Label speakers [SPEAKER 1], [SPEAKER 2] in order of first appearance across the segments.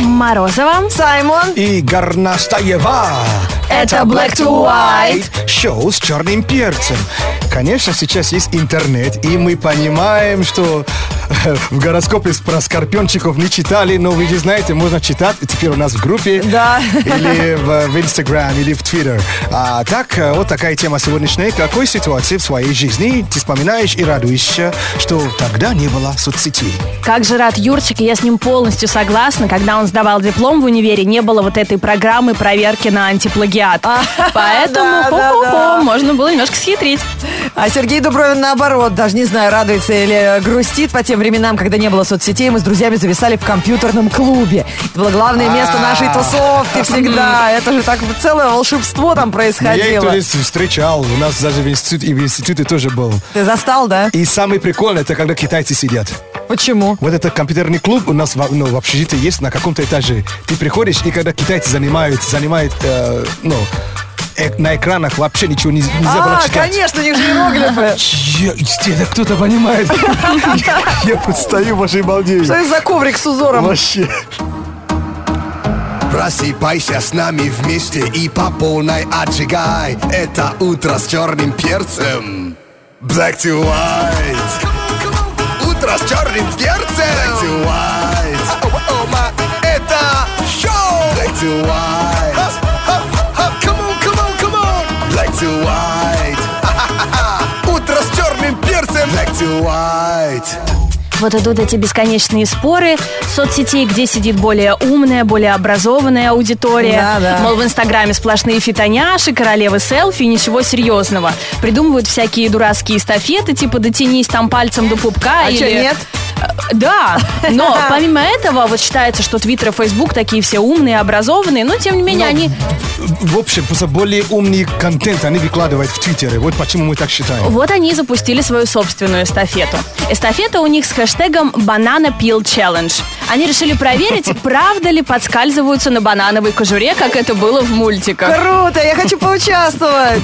[SPEAKER 1] Морозова.
[SPEAKER 2] Саймон.
[SPEAKER 3] И Горнастаева.
[SPEAKER 1] Это Black to White.
[SPEAKER 3] Шоу с черным перцем. Конечно, сейчас есть интернет, и мы понимаем, что э, в гороскопе про скорпиончиков не читали, но вы же знаете, можно читать теперь у нас в группе.
[SPEAKER 2] Да.
[SPEAKER 3] Или в, в Instagram, или в Twitter. А так, вот такая тема сегодняшняя. Какой ситуации в своей жизни ты вспоминаешь и радуешься, что тогда не было соцсетей?
[SPEAKER 1] Как же рад Юрчик, и я с ним полностью согласна. Когда он сдавал диплом в универе, не было вот этой программы проверки на антиплагиат. Поэтому
[SPEAKER 2] да, да,
[SPEAKER 1] хо-хо-хо,
[SPEAKER 2] да.
[SPEAKER 1] можно было немножко схитрить.
[SPEAKER 2] А Сергей Дубровин наоборот, даже не знаю, радуется или грустит по тем временам, когда не было соцсетей, мы с друзьями зависали в компьютерном клубе. Это было главное
[SPEAKER 3] А.
[SPEAKER 2] место нашей тусовки всегда. Это же так целое волшебство там
[SPEAKER 3] Я их то
[SPEAKER 2] происходило.
[SPEAKER 3] есть встречал. У нас даже в институте, и в институте тоже был.
[SPEAKER 2] Ты застал, да?
[SPEAKER 3] И самое прикольное, это когда китайцы сидят.
[SPEAKER 2] Почему?
[SPEAKER 3] Вот этот компьютерный клуб у нас в, ну, в общежитии есть на каком-то этаже. Ты приходишь, и когда китайцы занимают, занимают э, ну, э- на экранах вообще ничего не, нельзя было
[SPEAKER 2] А,
[SPEAKER 3] читать.
[SPEAKER 2] конечно, у них же иероглифы.
[SPEAKER 3] Я- Есть, это кто-то понимает. Я тут стою, боже, и балдею.
[SPEAKER 2] Что это за коврик с узором?
[SPEAKER 3] Вообще.
[SPEAKER 4] Просыпайся с нами вместе и по полной отжигай Это утро с черным перцем Black to white Утро с черным перцем Black to white О, о, ма, Это шоу Black to white Come on, come on, come on Black to white Ха-ха-ха. Утро с черным перцем Black to white
[SPEAKER 1] Вот идут эти бесконечные споры соцсетей, где сидит более умная, более образованная аудитория.
[SPEAKER 2] Да, да.
[SPEAKER 1] Мол, в Инстаграме сплошные фитоняши, королевы селфи, и ничего серьезного. Придумывают всякие дурацкие эстафеты, типа дотянись там пальцем до пупка.
[SPEAKER 2] А
[SPEAKER 1] или...
[SPEAKER 2] чё, нет?
[SPEAKER 1] Э, Да, но помимо этого, вот считается, что Твиттер и Фейсбук такие все умные, образованные, но тем не менее они...
[SPEAKER 3] В общем, просто более умный контент они выкладывают в Твиттере. Вот почему мы так считаем.
[SPEAKER 1] Вот они и запустили свою собственную эстафету. Эстафета у них с хэштегом «Banana Peel Challenge». Они решили проверить, правда ли подскальзываются на банановой кожуре, как это было в мультиках.
[SPEAKER 2] Круто, я хочу поучаствовать.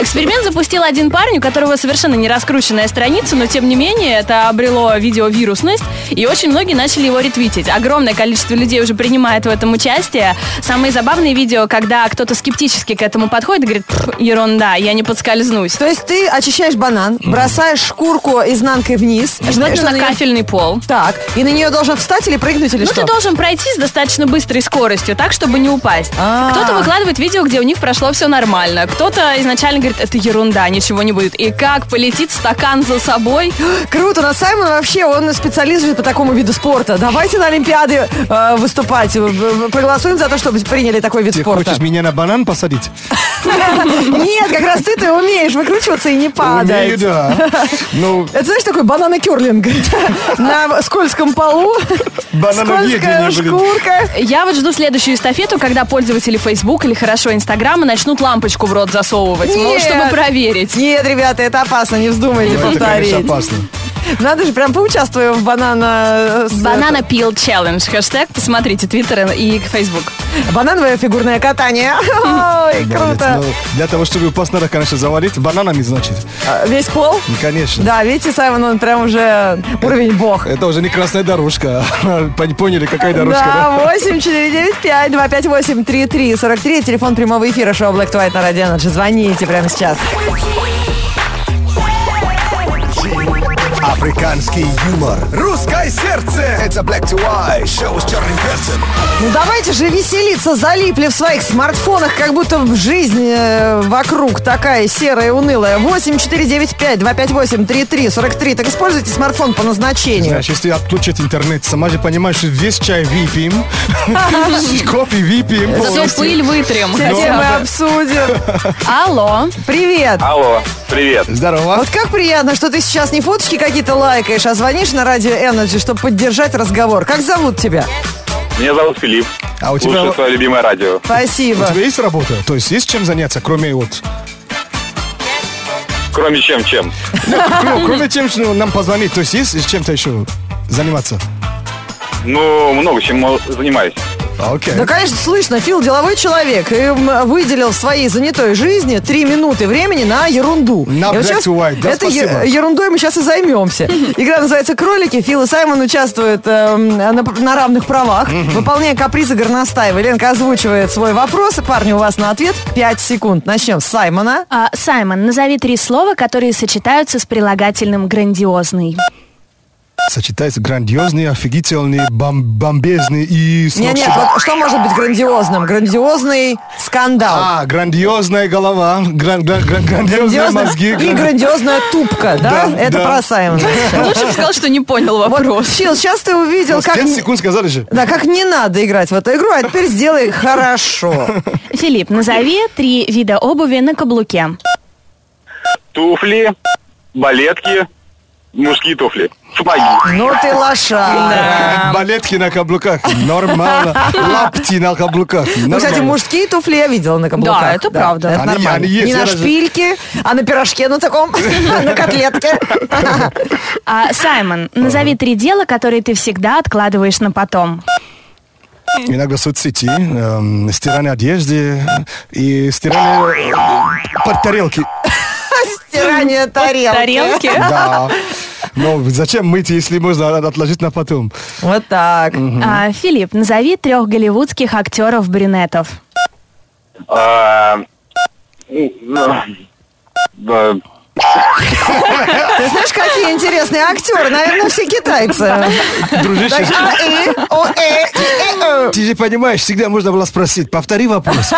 [SPEAKER 1] Эксперимент запустил один парень, у которого совершенно не раскрученная страница, но тем не менее это обрело видеовирусность, и очень многие начали его ретвитить. Огромное количество людей уже принимает в этом участие. Самые забавные видео, когда кто-то скептически к этому подходит и говорит, «Пф, ерунда, я не подскользнусь.
[SPEAKER 2] То есть ты очищаешь банан, бросаешь шкурку изнанкой вниз.
[SPEAKER 1] Желательно
[SPEAKER 2] Что
[SPEAKER 1] на
[SPEAKER 2] на неё-
[SPEAKER 1] кафельный пол.
[SPEAKER 2] Так, и на нее должен встать или прыгнуть, ну, или
[SPEAKER 1] Ну,
[SPEAKER 2] что?
[SPEAKER 1] ты должен пройти с достаточно быстрой скоростью, так, чтобы не упасть.
[SPEAKER 2] А.
[SPEAKER 1] Кто-то выкладывает видео, где у них прошло все нормально. Кто-то изначально говорит, это ерунда, ничего не будет. И как полетит стакан за собой?
[SPEAKER 2] Круто, но Саймон вообще, он специалист же по такому виду спорта. Давайте на Олимпиады э, выступать. В- в- Проголосуем за то, чтобы приняли такой вид
[SPEAKER 3] Ты
[SPEAKER 2] спорта.
[SPEAKER 3] хочешь меня на банан посадить?
[SPEAKER 2] Нет, как раз ты-то умеешь выкручиваться и не
[SPEAKER 3] Умею,
[SPEAKER 2] падать.
[SPEAKER 3] да. Ну,
[SPEAKER 2] Это знаешь, такой банана-керлинг на скользком полу, скользкая
[SPEAKER 3] банановедение, блин.
[SPEAKER 2] шкурка.
[SPEAKER 1] Я вот жду следующую эстафету, когда пользователи Facebook или хорошо Инстаграма начнут лампочку в рот засовывать, мол,
[SPEAKER 2] Нет.
[SPEAKER 1] чтобы проверить.
[SPEAKER 2] Нет, ребята, это опасно, не вздумайте
[SPEAKER 3] Это, конечно,
[SPEAKER 2] повторить.
[SPEAKER 3] опасно.
[SPEAKER 2] Надо же, прям поучаствуем в банана... э, с-
[SPEAKER 1] Банана Peel Challenge. Хэштег, посмотрите, Твиттер и Facebook.
[SPEAKER 2] э, Банановое фигурное катание. Ой,
[SPEAKER 3] Молодец.
[SPEAKER 2] круто.
[SPEAKER 3] Ну, Для того, чтобы упасть, надо, конечно, завалить бананами, значит. Ну,
[SPEAKER 2] А, Весь пол?
[SPEAKER 3] Конечно.
[SPEAKER 2] Да, видите, Саймон, он прям уже уровень бог.
[SPEAKER 3] Это уже не красная дорожка. Пон- Поняли, какая дорожка, да?
[SPEAKER 2] Да, 8 4 9 5 2 5 8 3 3 43. Телефон прямого эфира шоу Black to White на Радио Energy. Звоните прямо сейчас.
[SPEAKER 4] Африканский юмор. Русское сердце. Это Black to White. Шоу с черным перцем.
[SPEAKER 2] Ну давайте же веселиться, залипли в своих смартфонах, как будто в жизнь э, вокруг такая серая и унылая. 8 4 9 5 2 5 8 3 3 43. Так используйте смартфон по назначению.
[SPEAKER 3] Знаешь, если отключат интернет, сама же понимаешь, что весь чай выпьем, кофе выпьем.
[SPEAKER 1] Всю
[SPEAKER 3] полностью.
[SPEAKER 1] пыль вытрем.
[SPEAKER 2] Все
[SPEAKER 1] хотя
[SPEAKER 3] ну,
[SPEAKER 2] темы
[SPEAKER 1] бы.
[SPEAKER 2] обсудим.
[SPEAKER 1] Алло.
[SPEAKER 2] Привет.
[SPEAKER 5] Алло, привет.
[SPEAKER 3] Здорово.
[SPEAKER 2] Вот как приятно, что ты сейчас не фоточки какие-то лайкаешь, а звонишь на радио Energy, чтобы поддержать разговор. Как зовут тебя?
[SPEAKER 5] Меня зовут Филипп.
[SPEAKER 3] А у тебя-
[SPEAKER 5] Лучшее твое любимое радио.
[SPEAKER 3] У
[SPEAKER 2] Спасибо.
[SPEAKER 3] тебя есть работа? То есть есть чем заняться, кроме вот...
[SPEAKER 5] Кроме чем, чем?
[SPEAKER 3] Ну, кроме чем, что нам позвонить, то есть есть чем-то еще заниматься?
[SPEAKER 5] Ну, много чем мо- занимаюсь.
[SPEAKER 3] А, Окей.
[SPEAKER 2] Да, конечно, слышно, Фил деловой человек и м, выделил в своей занятой жизни три минуты времени на ерунду.
[SPEAKER 3] На
[SPEAKER 2] И вот
[SPEAKER 3] Black
[SPEAKER 2] сейчас
[SPEAKER 3] to White, да,
[SPEAKER 2] этой е-
[SPEAKER 3] спасибо.
[SPEAKER 2] ерундой мы сейчас и займемся. Игра называется «Кролики». Фил и Саймон участвуют эм, на, на равных правах, выполняя капризы Горностаева. Ленка озвучивает свой вопрос, и парни, у вас на ответ 5 секунд. Начнем с Саймона.
[SPEAKER 6] А, Саймон, назови три слова, которые сочетаются с прилагательным грандиозный.
[SPEAKER 3] Сочетается грандиозный, офигительный, бом- бомбезный и...
[SPEAKER 2] Нет, нет,
[SPEAKER 3] сногсшиб-
[SPEAKER 2] вот что может быть грандиозным? Грандиозный скандал.
[SPEAKER 3] А, грандиозная голова, гран- гран- гран- грандиозные
[SPEAKER 2] Грандиозная-
[SPEAKER 3] мозги.
[SPEAKER 2] и
[SPEAKER 3] гран-
[SPEAKER 2] грандиозная тупка, да?
[SPEAKER 3] Да, да.
[SPEAKER 2] Это про Саймона.
[SPEAKER 1] Лучше бы сказал, что не понял
[SPEAKER 2] Вот,
[SPEAKER 1] вопрос.
[SPEAKER 2] Фил, сейчас ты увидел, как...
[SPEAKER 3] 5
[SPEAKER 2] не-
[SPEAKER 3] секунд сказали же.
[SPEAKER 2] Да, как не надо играть в эту игру, а теперь сделай хорошо.
[SPEAKER 6] Филипп, назови три вида обуви на каблуке.
[SPEAKER 5] Туфли, балетки, мужские туфли. Сапоги.
[SPEAKER 2] Ну ты лошара.
[SPEAKER 3] Балетки на каблуках. Нормально. Лапти на каблуках.
[SPEAKER 2] Ну, кстати,
[SPEAKER 3] Нормально.
[SPEAKER 2] мужские туфли я видела на каблуках.
[SPEAKER 1] Да, это правда.
[SPEAKER 2] это
[SPEAKER 3] Они-
[SPEAKER 2] нормально.
[SPEAKER 3] они есть,
[SPEAKER 2] не
[SPEAKER 3] я
[SPEAKER 2] на
[SPEAKER 3] даже-
[SPEAKER 2] шпильке, а на пирожке на таком, на котлетке.
[SPEAKER 6] А, Саймон, назови три дела, которые ты всегда откладываешь на потом.
[SPEAKER 3] Иногда соцсети, эм, стирание одежды и стирание э, под тарелки.
[SPEAKER 2] Стирание тарелки.
[SPEAKER 1] Тарелки.
[SPEAKER 3] Да. Но зачем мыть, если можно отложить на потом?
[SPEAKER 2] Вот так.
[SPEAKER 6] А, Филипп, назови трех голливудских актеров-брюнетов.
[SPEAKER 5] А, ну, да,
[SPEAKER 2] Ты знаешь, какие интересные актеры? Наверное, все китайцы.
[SPEAKER 3] Дружище,
[SPEAKER 2] Так, а, и, о, э, и, э, э.
[SPEAKER 3] ты же понимаешь, всегда можно было спросить. Повтори вопрос.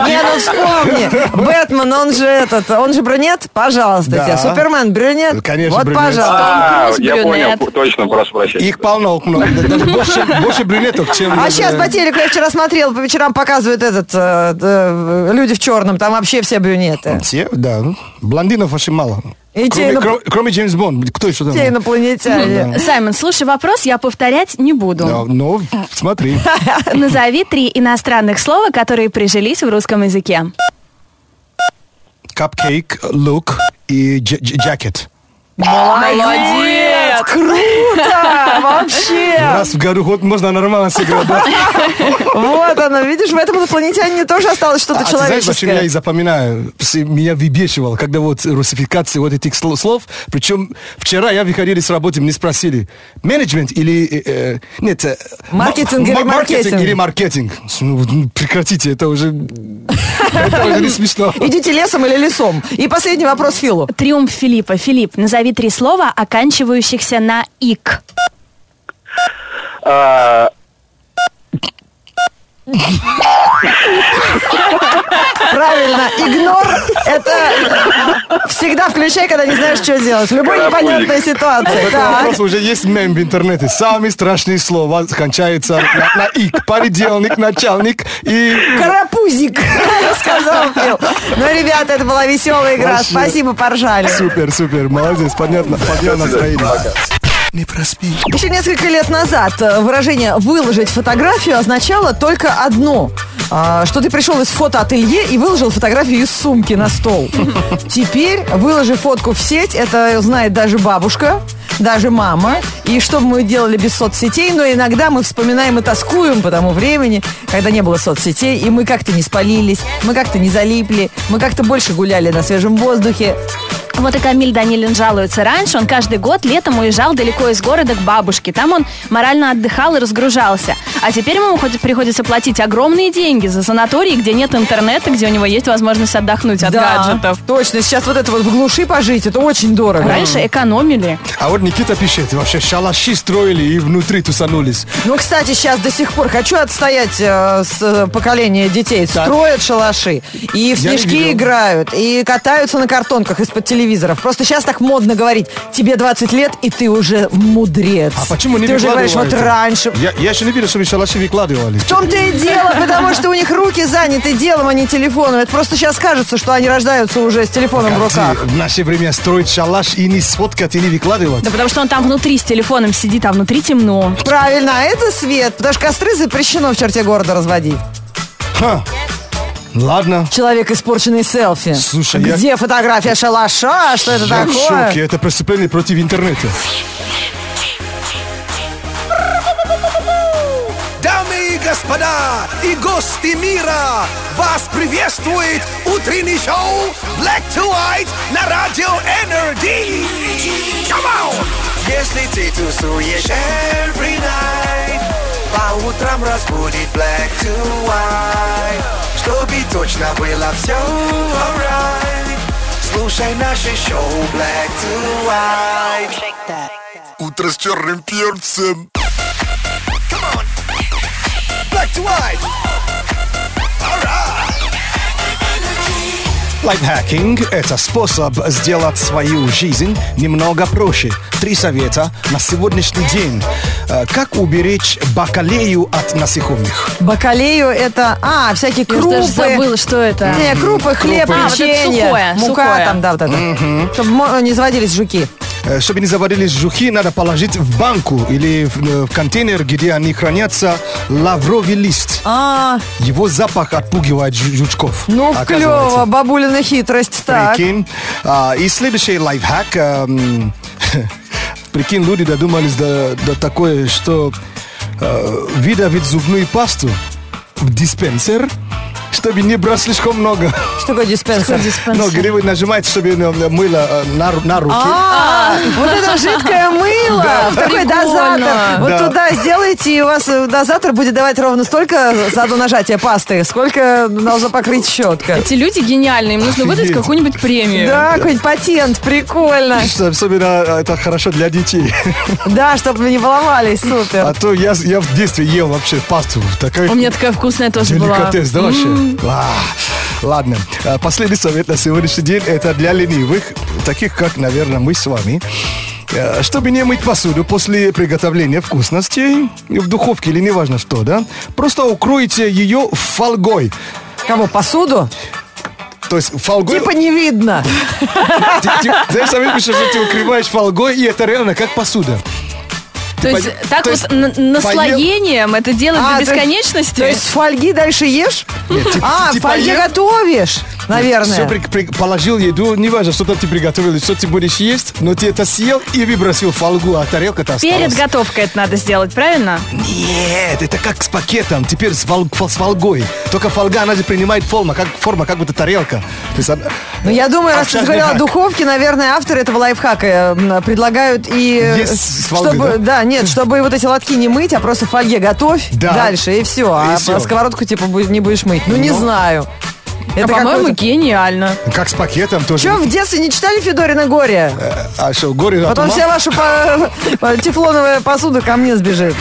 [SPEAKER 2] Не, ну вспомни. Бэтмен, он же этот, он же брюнет, пожалуйста.
[SPEAKER 3] Да.
[SPEAKER 2] тебе. Супермен, брюнет.
[SPEAKER 3] Ну, конечно,
[SPEAKER 2] вот,
[SPEAKER 3] брюнет.
[SPEAKER 2] пожалуйста.
[SPEAKER 5] А,
[SPEAKER 1] Круз,
[SPEAKER 5] я понял,
[SPEAKER 1] брюнет.
[SPEAKER 5] пу- точно, прошу прощения.
[SPEAKER 3] Их полно, много. Даже больше, больше брюнетов, чем... э,
[SPEAKER 2] А сейчас по телеку я вчера смотрела, по вечерам показывают этот э, э, люди в черном, там вообще все брюнеты.
[SPEAKER 3] Те, да. ну, Блондинов очень мало.
[SPEAKER 2] И те
[SPEAKER 3] кроме,
[SPEAKER 2] иноп-
[SPEAKER 3] кро- кроме Джеймс Бонд. Кто еще там?
[SPEAKER 2] Все
[SPEAKER 3] Ну
[SPEAKER 2] инопланетяне.
[SPEAKER 6] Саймон, слушай вопрос, я повторять не буду.
[SPEAKER 3] Да, ну, смотри.
[SPEAKER 6] Назови три иностранных слова, которые прижились в русском языке.
[SPEAKER 3] Капкейк, лук и дж- дж- джакет.
[SPEAKER 1] Молодец!
[SPEAKER 2] Круто! Вообще!
[SPEAKER 3] Раз в году хоть можно нормально сыграть. да?
[SPEAKER 2] Вот оно, видишь, в этом инопланетянине тоже осталось что-то
[SPEAKER 3] А ты знаешь, почему я и
[SPEAKER 2] человеческое.
[SPEAKER 3] запоминаю? Потому что Меня выбешивало, когда вот русификация вот этих сло- слов. Причем вчера я выходили с работы, мне спросили, менеджмент или... э, э, нет, э,
[SPEAKER 2] Маркетинг
[SPEAKER 3] ма-
[SPEAKER 2] или маркетинг?
[SPEAKER 3] или маркетинг. Ну, ну, прекратите, это уже... Это уже не смешно.
[SPEAKER 2] Идите лесом или лесом. И последний вопрос Филу.
[SPEAKER 6] Триумф Филиппа. Филипп, назови три слова, оканчивающихся на «ик».
[SPEAKER 5] А,
[SPEAKER 2] Правильно, игнор – это всегда включай, когда не знаешь, что делать. В любой
[SPEAKER 5] Карапузик.
[SPEAKER 2] непонятной ситуации.
[SPEAKER 3] Такой
[SPEAKER 2] Так.
[SPEAKER 3] вопрос уже есть мем в интернете. Самые страшные слова кончаются на, на ик. Понедельник, начальник и...
[SPEAKER 2] Карапузик, сказал Фил. Ну, ребята, это была веселая игра.
[SPEAKER 3] Вообще.
[SPEAKER 2] Спасибо, поржали.
[SPEAKER 3] Супер, супер, молодец, понятно, поднял настроение. Не проспи.
[SPEAKER 2] Еще несколько лет назад э, выражение «выложить фотографию» означало только одно. а, Что ты пришел из фотоателье и выложил фотографию из сумки на стол. Теперь выложи фотку в сеть, это знает даже бабушка, даже мама. И что бы мы делали без соцсетей, но иногда мы вспоминаем и тоскуем по тому времени, когда не было соцсетей, и мы как-то не спалились, мы как-то не залипли, мы как-то больше гуляли на свежем воздухе.
[SPEAKER 6] Вот и Камиль Данилин жалуется. Раньше он каждый год летом уезжал далеко из города к бабушке. Там он морально отдыхал и разгружался. А теперь ему хоть- приходится платить огромные деньги за санаторий, где нет интернета, где у него есть возможность отдохнуть от гаджетов.
[SPEAKER 2] Точно, сейчас вот это вот в глуши пожить, это очень дорого.
[SPEAKER 6] Раньше экономили.
[SPEAKER 3] А вот Никита пишет, вообще шалаши строили и внутри тусанулись.
[SPEAKER 2] Ну, кстати, сейчас до сих пор хочу отстоять э, с, э, поколение детей. Строят шалаши, и в
[SPEAKER 3] Я не
[SPEAKER 2] снежки
[SPEAKER 3] видел.
[SPEAKER 2] играют, и катаются на картонках из-под телевизоров. Просто сейчас так модно говорить, тебе 20 лет, и ты уже мудрец.
[SPEAKER 3] А почему не
[SPEAKER 2] Ты уже говоришь, вот
[SPEAKER 3] выкладывают?
[SPEAKER 2] раньше.
[SPEAKER 3] Я, я еще не видел, чтобы шалаши выкладывали.
[SPEAKER 2] В том-то и дело, потому что у них руки заняты делом, а не телефоном. Это просто сейчас кажется, что они рождаются уже с телефоном в руках.
[SPEAKER 3] В наше время строить шалаш и не сфоткать, и не выкладывать.
[SPEAKER 6] Да потому что он там внутри с телефоном сидит, а внутри темно.
[SPEAKER 2] Правильно, а это свет, потому что костры запрещено в черте города разводить.
[SPEAKER 3] Ха. Ладно.
[SPEAKER 2] Человек испорченный селфи.
[SPEAKER 3] Слушай, я-
[SPEAKER 2] Где фотография шалаша? Что это
[SPEAKER 3] я в
[SPEAKER 2] такое?
[SPEAKER 3] шоке. Это преступление против интернета.
[SPEAKER 4] Да, господа и гости мира! Вас приветствует утренний шоу Black to White на радио Energy! Come on! Если ты тусуешь every night, по утрам разбудит Black to White, чтобы точно было все alright. Слушай наше шоу Black to White.
[SPEAKER 7] Утро с черным перцем.
[SPEAKER 4] Come on. Black to white. All right.
[SPEAKER 3] Лайфхакинг – это способ сделать свою жизнь немного проще. Три совета на сегодняшний день. Э, Как уберечь бакалею от насекомых?
[SPEAKER 2] Бакалею это, а, всякие
[SPEAKER 6] Я
[SPEAKER 2] крупы.
[SPEAKER 6] даже забыла, что это.
[SPEAKER 2] Не, крупы, хлеб,
[SPEAKER 6] А, вот это
[SPEAKER 2] печенье,
[SPEAKER 6] сухое,
[SPEAKER 2] мука
[SPEAKER 6] сухое.
[SPEAKER 2] там, да, вот это. Чтобы мо- не заводились жуки.
[SPEAKER 3] Э, Чтобы не заварились жухи, надо положить в банку или в, э, в контейнер, где они хранятся, лавровый лист.
[SPEAKER 2] А,
[SPEAKER 3] Его запах отпугивает жу- жучков.
[SPEAKER 2] ну
[SPEAKER 3] оказывается.
[SPEAKER 2] клево, бабулина хитрость, так.
[SPEAKER 3] Прикинь. А, и следующий лайфхак. эм, прикинь, люди додумались до, до такое, что э, выдавить зубную пасту в диспенсер, чтобы не брать слишком много.
[SPEAKER 2] Что такое диспенсер?
[SPEAKER 3] Но где вы нажимаете, чтобы э, мыло э, на, ру- на руки.
[SPEAKER 2] А, вот это жидкое мыло, в такой дозатор. Вот
[SPEAKER 3] Да.
[SPEAKER 2] туда сделайте, и у вас э, дозатор будет давать ровно столько за одно нажатие пасты, сколько должно покрыть щетка.
[SPEAKER 1] Эти люди гениальные, им нужно выдать
[SPEAKER 3] Офигеть.
[SPEAKER 1] какую-нибудь премию.
[SPEAKER 2] Да, какой-нибудь патент, прикольно.
[SPEAKER 3] Что Особенно э, это хорошо для детей.
[SPEAKER 2] Да, чтобы не баловались,
[SPEAKER 3] А
[SPEAKER 2] супер.
[SPEAKER 3] то я, я в детстве ел вообще пасту. Такая
[SPEAKER 1] У меня такая вкусная тоже была.
[SPEAKER 3] деликатес, да, вообще? А, Ладно. А, Последний совет на сегодняшний день это для ленивых, таких как, наверное, мы с вами. Э, Чтобы не мыть посуду после приготовления вкусностей в духовке или неважно что, да, просто укройте ее фольгой.
[SPEAKER 2] Кому, посуду?
[SPEAKER 3] То есть фольгой...
[SPEAKER 2] Типа не видно.
[SPEAKER 3] Ты- ты- Знаешь, Самир пишет, что ты укрываешь фольгой, и это реально как посуда.
[SPEAKER 1] То есть
[SPEAKER 3] Ты пон-
[SPEAKER 1] так
[SPEAKER 3] то
[SPEAKER 1] вот
[SPEAKER 3] есть
[SPEAKER 1] на-
[SPEAKER 3] поел-
[SPEAKER 1] наслоением это делать
[SPEAKER 2] А,
[SPEAKER 1] до
[SPEAKER 2] то есть-
[SPEAKER 1] бесконечности?
[SPEAKER 2] То есть фольги дальше ешь?
[SPEAKER 3] Нет, типа ты-
[SPEAKER 2] А,
[SPEAKER 3] ты
[SPEAKER 2] фольги
[SPEAKER 3] поел?
[SPEAKER 2] готовишь,
[SPEAKER 3] Все,
[SPEAKER 2] наверное.
[SPEAKER 3] положил еду, неважно, что там ты приготовил, что ты будешь есть, но ты это съел и выбросил фольгу, а тарелка-то осталась.
[SPEAKER 6] Перед готовкой это надо сделать, правильно?
[SPEAKER 3] Нет, это как с пакетом, теперь с, фол- фол- с фольгой. Только фольга, она же принимает форма, как, форма, как будто тарелка. То есть она-
[SPEAKER 2] Ну, я думаю, раз ты
[SPEAKER 3] Общажный
[SPEAKER 2] говорила о
[SPEAKER 3] хак.
[SPEAKER 2] духовке, наверное, авторы этого лайфхака э, м, предлагают и... э,
[SPEAKER 3] Есть с фольгой,
[SPEAKER 2] чтобы, да? нет, чтобы вот эти лотки не мыть, а просто в фольге готовь
[SPEAKER 3] Да.
[SPEAKER 2] дальше, и все. а
[SPEAKER 3] И всё.
[SPEAKER 2] сковородку, типа, бу- не будешь мыть. Ну, не
[SPEAKER 3] Ну.
[SPEAKER 2] знаю.
[SPEAKER 1] А,
[SPEAKER 2] Это
[SPEAKER 1] по-моему, гениально.
[SPEAKER 3] Как с пакетом тоже.
[SPEAKER 2] Че, в детстве не читали Федорина горе?
[SPEAKER 3] Э, А что, горе от
[SPEAKER 2] Потом
[SPEAKER 3] ума?
[SPEAKER 2] вся ваша по- по- тефлоновая посуда ко мне сбежит.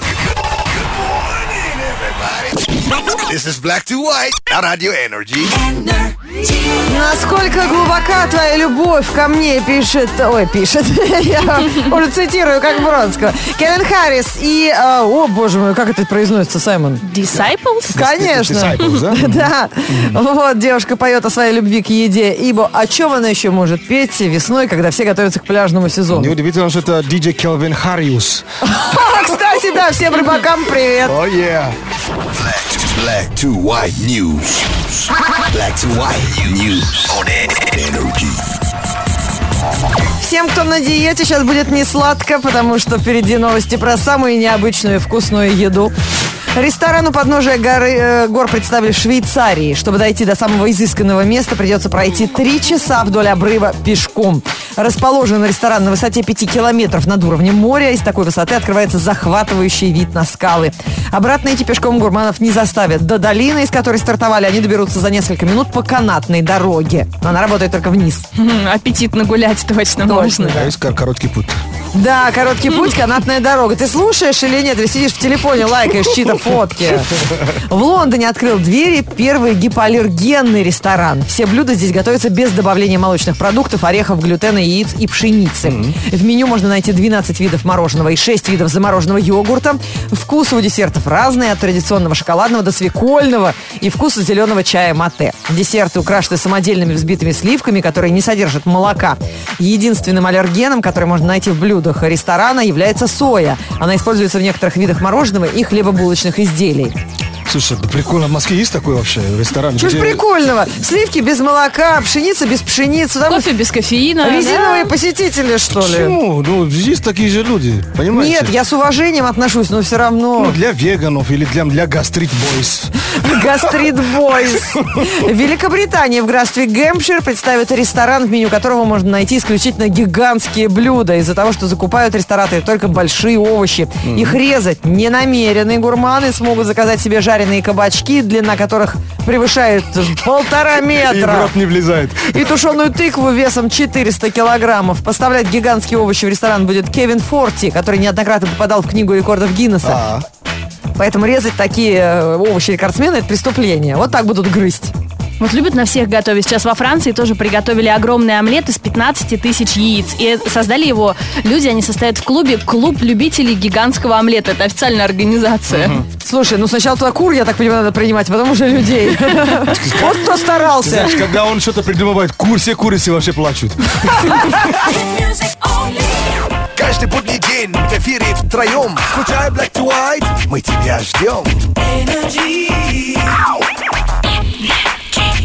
[SPEAKER 7] This is Black to White на радио Energy.
[SPEAKER 2] Насколько глубока твоя любовь ко мне, пишет... Ой, пишет. Я уже цитирую, как Бронского. Кевин Харрис и... э, О, боже мой, как это произносится, Саймон?
[SPEAKER 1] Disciples?
[SPEAKER 2] Конечно.
[SPEAKER 3] Disciples, да?
[SPEAKER 2] Да. Вот девушка поет о своей любви к еде, ибо о чем она еще может петь весной, когда все готовятся к пляжному сезону?
[SPEAKER 3] Неудивительно, что это диджей Келвин Харриус.
[SPEAKER 2] А, Кстати, да, всем рыбакам привет.
[SPEAKER 3] О, е.
[SPEAKER 7] Black to White News. Black to White News on Energy.
[SPEAKER 2] Всем, кто на диете, сейчас будет не сладко, потому что впереди новости про самую необычную и вкусную еду. Ресторан у подножия горы, э, гор представили в Швейцарии. Чтобы дойти до самого изысканного места, придется пройти три часа вдоль обрыва пешком. Расположен ресторан на высоте 5 километров над уровнем моря. И с такой высоты открывается захватывающий вид на скалы. Обратно идти пешком гурманов не заставят. До долины, из которой стартовали, они доберутся за несколько минут по канатной дороге. Она работает только вниз.
[SPEAKER 1] М, Аппетитно гулять точно
[SPEAKER 2] Точно.
[SPEAKER 1] можно.
[SPEAKER 3] Да, есть кор- короткий путь.
[SPEAKER 2] Да, короткий путь, канатная дорога. Ты слушаешь или нет? Или сидишь в телефоне, лайкаешь чьи-то фотки? В Лондоне открыл двери первый гипоаллергенный ресторан. Все блюда здесь готовятся без добавления молочных продуктов, орехов, глютена, яиц и пшеницы. В меню можно найти 12 видов мороженого и 6 видов замороженного йогурта. Вкусы у десертов разные, от традиционного шоколадного до свекольного и вкуса зеленого чая мате. Десерты украшены самодельными взбитыми сливками, которые не содержат молока. Единственным аллергеном, который можно найти в блюдах ресторана, является соя. Она используется в некоторых видах мороженого и хлебобулочных изделий.
[SPEAKER 3] Слушай, прикольно, в Москве есть такой вообще ресторан?
[SPEAKER 2] Что ж
[SPEAKER 3] где-
[SPEAKER 2] прикольного? Сливки без молока, пшеница без пшеницы. там
[SPEAKER 1] Кофе без кофеина.
[SPEAKER 2] резиновые посетители, что ли?
[SPEAKER 3] Почему? Ну, есть такие же люди, понимаете?
[SPEAKER 2] Нет, я с уважением отношусь, но все
[SPEAKER 3] Ну,
[SPEAKER 2] равно.
[SPEAKER 3] для веганов или для, для гастрит-бойс.
[SPEAKER 2] Гастрит Бойс. Великобритания в графстве Гэмпшир представит ресторан, в меню которого можно найти исключительно гигантские блюда из-за того, что закупают рестораторы только большие овощи. Их резать не намерены гурманы смогут заказать себе жареные кабачки, длина которых превышает полтора
[SPEAKER 3] И в
[SPEAKER 2] метра.
[SPEAKER 3] рот не влезает.
[SPEAKER 2] И тушеную тыкву весом 400 килограммов. Поставлять гигантские овощи в ресторан будет Кевин Форти, который неоднократно попадал в книгу рекордов Гиннесса.
[SPEAKER 3] А,
[SPEAKER 2] Поэтому резать такие э, овощи рекордсмены – это преступление. Вот так будут грызть.
[SPEAKER 1] Вот любят на всех готовить. Сейчас во Франции тоже приготовили огромный омлет из 15 тысяч яиц. И создали его люди, они состоят в клубе «Клуб любителей гигантского омлета». Это официальная организация.
[SPEAKER 2] Слушай, ну сначала туда кур, я так понимаю, надо принимать, а потом уже людей. Вот кто старался.
[SPEAKER 3] знаешь, когда он что-то придумывает, кур, все курицы вообще плачут.
[SPEAKER 4] Каждый будний день в эфире втроем Включай Black to White, мы тебя ждем Ау!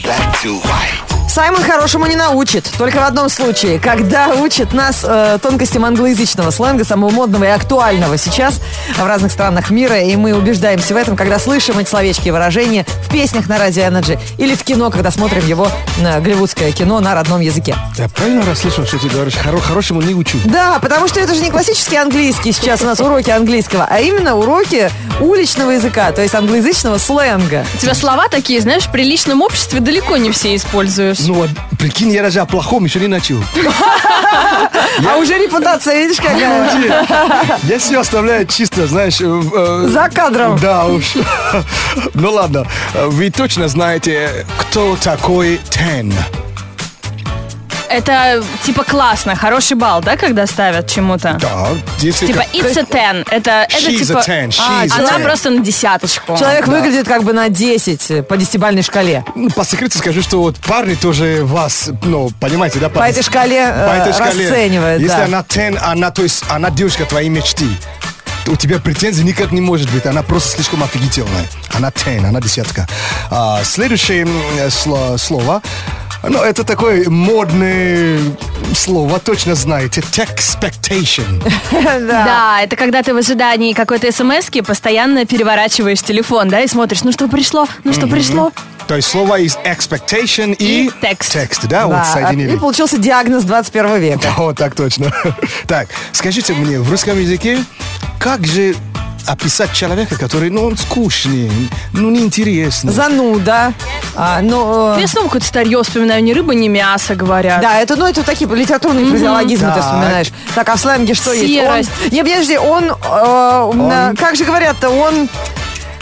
[SPEAKER 4] Black to White
[SPEAKER 2] Саймон хорошему не научит. Только в одном случае, когда учит нас э, тонкостям англоязычного сленга, самого модного и актуального сейчас в разных странах мира. И мы убеждаемся в этом, когда слышим эти словечки и выражения в песнях на радио Energy или в кино, когда смотрим его э, голливудское кино на родном языке.
[SPEAKER 3] Я правильно расслышал, что ты говоришь? Хоро- хорошему не учу.
[SPEAKER 2] Да, потому что это же не классический английский сейчас у нас уроки английского, а именно уроки уличного языка, то есть англоязычного сленга.
[SPEAKER 1] У тебя слова такие, знаешь, в приличном обществе далеко не все используешь.
[SPEAKER 3] Ну, вот, прикинь, я даже о плохом еще не начал.
[SPEAKER 2] А уже репутация, видишь, э,
[SPEAKER 3] Ну,
[SPEAKER 2] какая?
[SPEAKER 3] Я все оставляю чисто, знаешь... э, э,
[SPEAKER 2] За кадром.
[SPEAKER 3] Да уж. Ну ладно, вы точно знаете, кто такой Тен.
[SPEAKER 1] Это типа классно, хороший балл, да, когда ставят чему-то?
[SPEAKER 3] Да, если...
[SPEAKER 1] Типа
[SPEAKER 3] как-
[SPEAKER 1] it's a ten. Это, это
[SPEAKER 3] She's
[SPEAKER 1] типа...
[SPEAKER 3] a ten,
[SPEAKER 1] А,
[SPEAKER 3] she's a
[SPEAKER 1] она
[SPEAKER 3] ten.
[SPEAKER 1] просто на десяточку.
[SPEAKER 2] Человек выглядит как бы на 10 э, по десятибальной шкале.
[SPEAKER 3] Ну, По секрету скажу, что вот парни тоже вас, ну, понимаете, да?
[SPEAKER 2] По этой шкале э,
[SPEAKER 3] по этой шкале.
[SPEAKER 2] расценивает,
[SPEAKER 3] Если
[SPEAKER 2] да.
[SPEAKER 3] она 10, она, то есть, она девушка твоей мечты. У тебя претензий никак не может быть. Она просто слишком офигительная. Она 10, она десятка. А, следующее м, э, сло- слово. Ну, это такое модное слово, точно знаете. Tech expectation.
[SPEAKER 1] Да, это когда ты в ожидании какой-то смс постоянно переворачиваешь телефон, да, и смотришь, ну что пришло, ну что пришло.
[SPEAKER 3] То есть слово из expectation и,
[SPEAKER 1] И текст.
[SPEAKER 3] Текст, да,
[SPEAKER 2] Да,
[SPEAKER 3] вот соединили.
[SPEAKER 2] И получился диагноз 21 века.
[SPEAKER 3] Вот так точно. Так, скажите мне, в русском языке как же описать человека, который, ну, он скучный, ну, неинтересный?
[SPEAKER 2] Зануда. А, ну, э,
[SPEAKER 1] Я снова какое-то старье вспоминаю, ни рыба, ни мясо, говорят.
[SPEAKER 2] Да, это, ну, это такие литературные фразеологизмы ты
[SPEAKER 3] Так.
[SPEAKER 2] вспоминаешь. Так, а в сленге что
[SPEAKER 1] Серость.
[SPEAKER 2] есть? Он, не, подожди, он, э, на- как же говорят-то, он,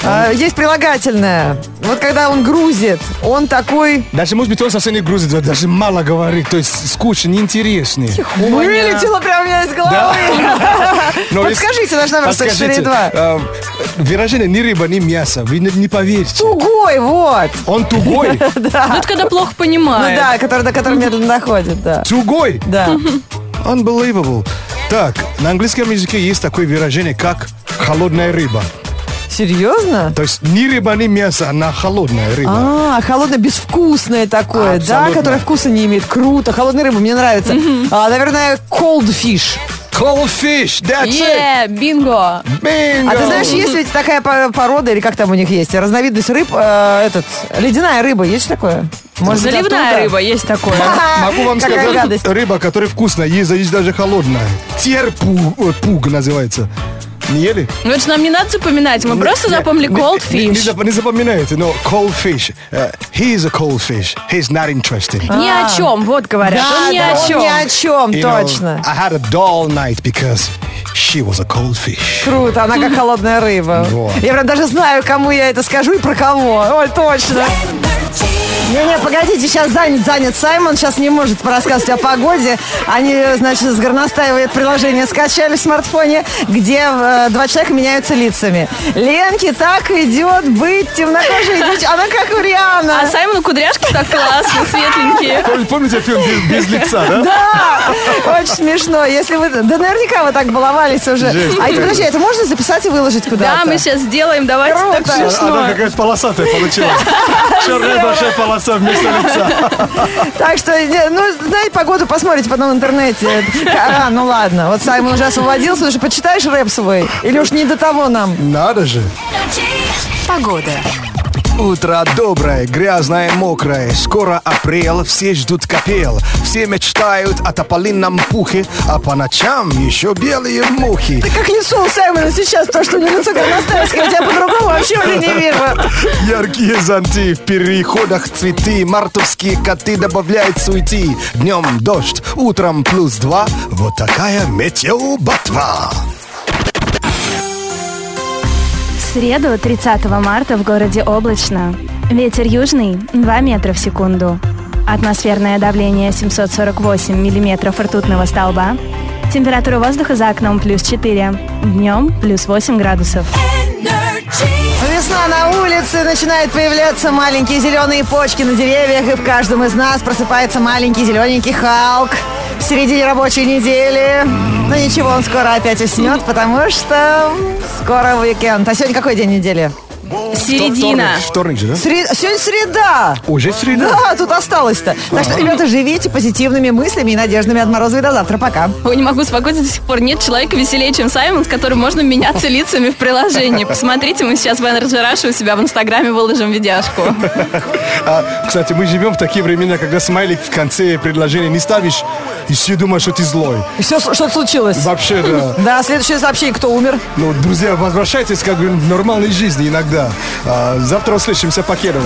[SPEAKER 2] э, есть прилагательное. Вот когда он грузит, он такой...
[SPEAKER 3] Даже, может быть, он совсем не грузит, вот даже мало говорит, то есть скучный, неинтересный.
[SPEAKER 2] Вылетело прямо у меня из головы.
[SPEAKER 3] Но
[SPEAKER 2] Подскажите
[SPEAKER 3] если-
[SPEAKER 2] наш номер
[SPEAKER 3] подскажите,
[SPEAKER 2] 104.2.
[SPEAKER 3] э, выражение «ни рыба, ни мясо», вы не, не поверите.
[SPEAKER 2] Тугой, вот.
[SPEAKER 3] Он тугой,
[SPEAKER 1] Ну, это когда плохо
[SPEAKER 2] Ну
[SPEAKER 1] понимаешь.
[SPEAKER 2] да, который, до которого медленно доходит, да.
[SPEAKER 3] тугой.
[SPEAKER 2] Да.
[SPEAKER 3] Unbelievable. Так, на английском языке есть такое выражение, как «холодная рыба».
[SPEAKER 2] Серьезно?
[SPEAKER 3] То есть ни рыба, ни мясо, она холодная рыба.
[SPEAKER 2] А, холодное, безвкусное такое, да,
[SPEAKER 3] Абсолютно.
[SPEAKER 2] которое вкуса не имеет. Круто, холодная рыба, мне нравится. А, наверное, cold fish.
[SPEAKER 3] Cold fish, that's it.
[SPEAKER 1] Е, бинго.
[SPEAKER 3] Bingo.
[SPEAKER 2] А ты знаешь, есть ведь такая по- порода, или как там у них есть, разновидность рыб, э, этот, ледяная рыба, есть такое? Может быть,
[SPEAKER 1] Заливная
[SPEAKER 2] оттуда?
[SPEAKER 1] рыба, есть такое.
[SPEAKER 3] Могу вам
[SPEAKER 2] Какая
[SPEAKER 3] сказать,
[SPEAKER 2] гадость.
[SPEAKER 3] рыба, которая вкусная, есть, есть даже холодная. Терпу, э, пуг называется. Не ели?
[SPEAKER 1] Ну, это же нам не надо запоминать, мы просто запомнили
[SPEAKER 3] Не-
[SPEAKER 1] cold
[SPEAKER 3] Не, не
[SPEAKER 1] fish.
[SPEAKER 3] зап- не запоминаете, но cold fish. Э, he is a cold fish. He's not interested.
[SPEAKER 1] Ни о чем, вот говорят.
[SPEAKER 2] Да,
[SPEAKER 1] он ни
[SPEAKER 2] да,
[SPEAKER 1] о
[SPEAKER 2] он
[SPEAKER 1] чем.
[SPEAKER 2] ни о чем,
[SPEAKER 3] You know,
[SPEAKER 2] точно.
[SPEAKER 3] I had a dull night because she was a cold fish.
[SPEAKER 2] Круто, она как холодная рыба.
[SPEAKER 3] Вот.
[SPEAKER 2] Я прям даже знаю, кому я это скажу и про кого. Ой, точно.
[SPEAKER 8] Energy.
[SPEAKER 2] Не-не, погодите, сейчас занят, занят Саймон, сейчас не может порассказывать о погоде. Они, значит, с Горностаевой это приложение скачали в смартфоне, где э, два человека меняются лицами. Ленке так идет быть темнокожей, девч- она как Уриана.
[SPEAKER 1] А Саймону кудряшки так классно, светленькие.
[SPEAKER 3] Пом- Помните фильм «Без, без лица», да?
[SPEAKER 2] Да, А, очень смешно. Если вы, да, наверняка вы так баловались уже.
[SPEAKER 3] Жесть,
[SPEAKER 2] а это,
[SPEAKER 3] конечно.
[SPEAKER 2] подожди, это можно записать и выложить куда-то?
[SPEAKER 1] Да, мы сейчас сделаем, давайте
[SPEAKER 2] Круто.
[SPEAKER 1] так
[SPEAKER 3] Она
[SPEAKER 1] смешно.
[SPEAKER 3] какая-то полосатая получилась. Черная большая полоса вместо лица.
[SPEAKER 2] Так что, не, ну, знаете, погоду посмотрите потом в интернете. А, ну ладно, вот Саймон уже освободился, уже почитаешь рэп свой? Или уж не до того нам?
[SPEAKER 3] Надо же.
[SPEAKER 8] Погода.
[SPEAKER 3] Утро доброе, грязное, мокрое. Скоро апрел, все ждут капел. Все мечтают о тополином пухе, а по ночам еще белые мухи.
[SPEAKER 2] Как лицо у Саймона сейчас, то, что у него лицо горностаевское, я тебя по-другому вообще уже не вижу.
[SPEAKER 3] Яркие зонты, в переходах цветы, мартовские коты добавляют суети. Днем дождь, утром плюс два, вот такая метеоботва.
[SPEAKER 6] В среду, 30 марта, в городе облачно. Ветер южный 2 метра в секунду. Атмосферное давление 748 миллиметров ртутного столба. Температура воздуха за окном плюс 4. Днем плюс 8 градусов.
[SPEAKER 2] Весна на улице, начинают появляться маленькие зеленые почки на деревьях, и в каждом из нас просыпается маленький зелененький Халк в середине рабочей недели. Ну ничего, он скоро опять уснет, потому что скоро уикенд. А сегодня какой день недели?
[SPEAKER 1] Середина.
[SPEAKER 3] Вторник же, да?
[SPEAKER 2] Сре- Сегодня среда!
[SPEAKER 3] Уже среда.
[SPEAKER 2] Да, тут осталось-то. Так что, ребята, живите позитивными мыслями и надеждами от Морозовой до завтра. Пока.
[SPEAKER 1] Ой, не могу успокоиться, до сих пор нет человека веселее, чем Саймон, с которым можно меняться лицами в приложении. Посмотрите, мы сейчас в Energy Rush у себя в Инстаграме выложим видяшку.
[SPEAKER 3] А, кстати, мы живем в такие времена, когда смайлик в конце предложения не ставишь, и все думают, что ты злой.
[SPEAKER 2] Все, что случилось?
[SPEAKER 3] Вообще, да.
[SPEAKER 2] Да, следующее сообщение, кто умер?
[SPEAKER 3] Ну, друзья, возвращайтесь как бы в нормальной жизни иногда. А, завтра услышимся по Кирово.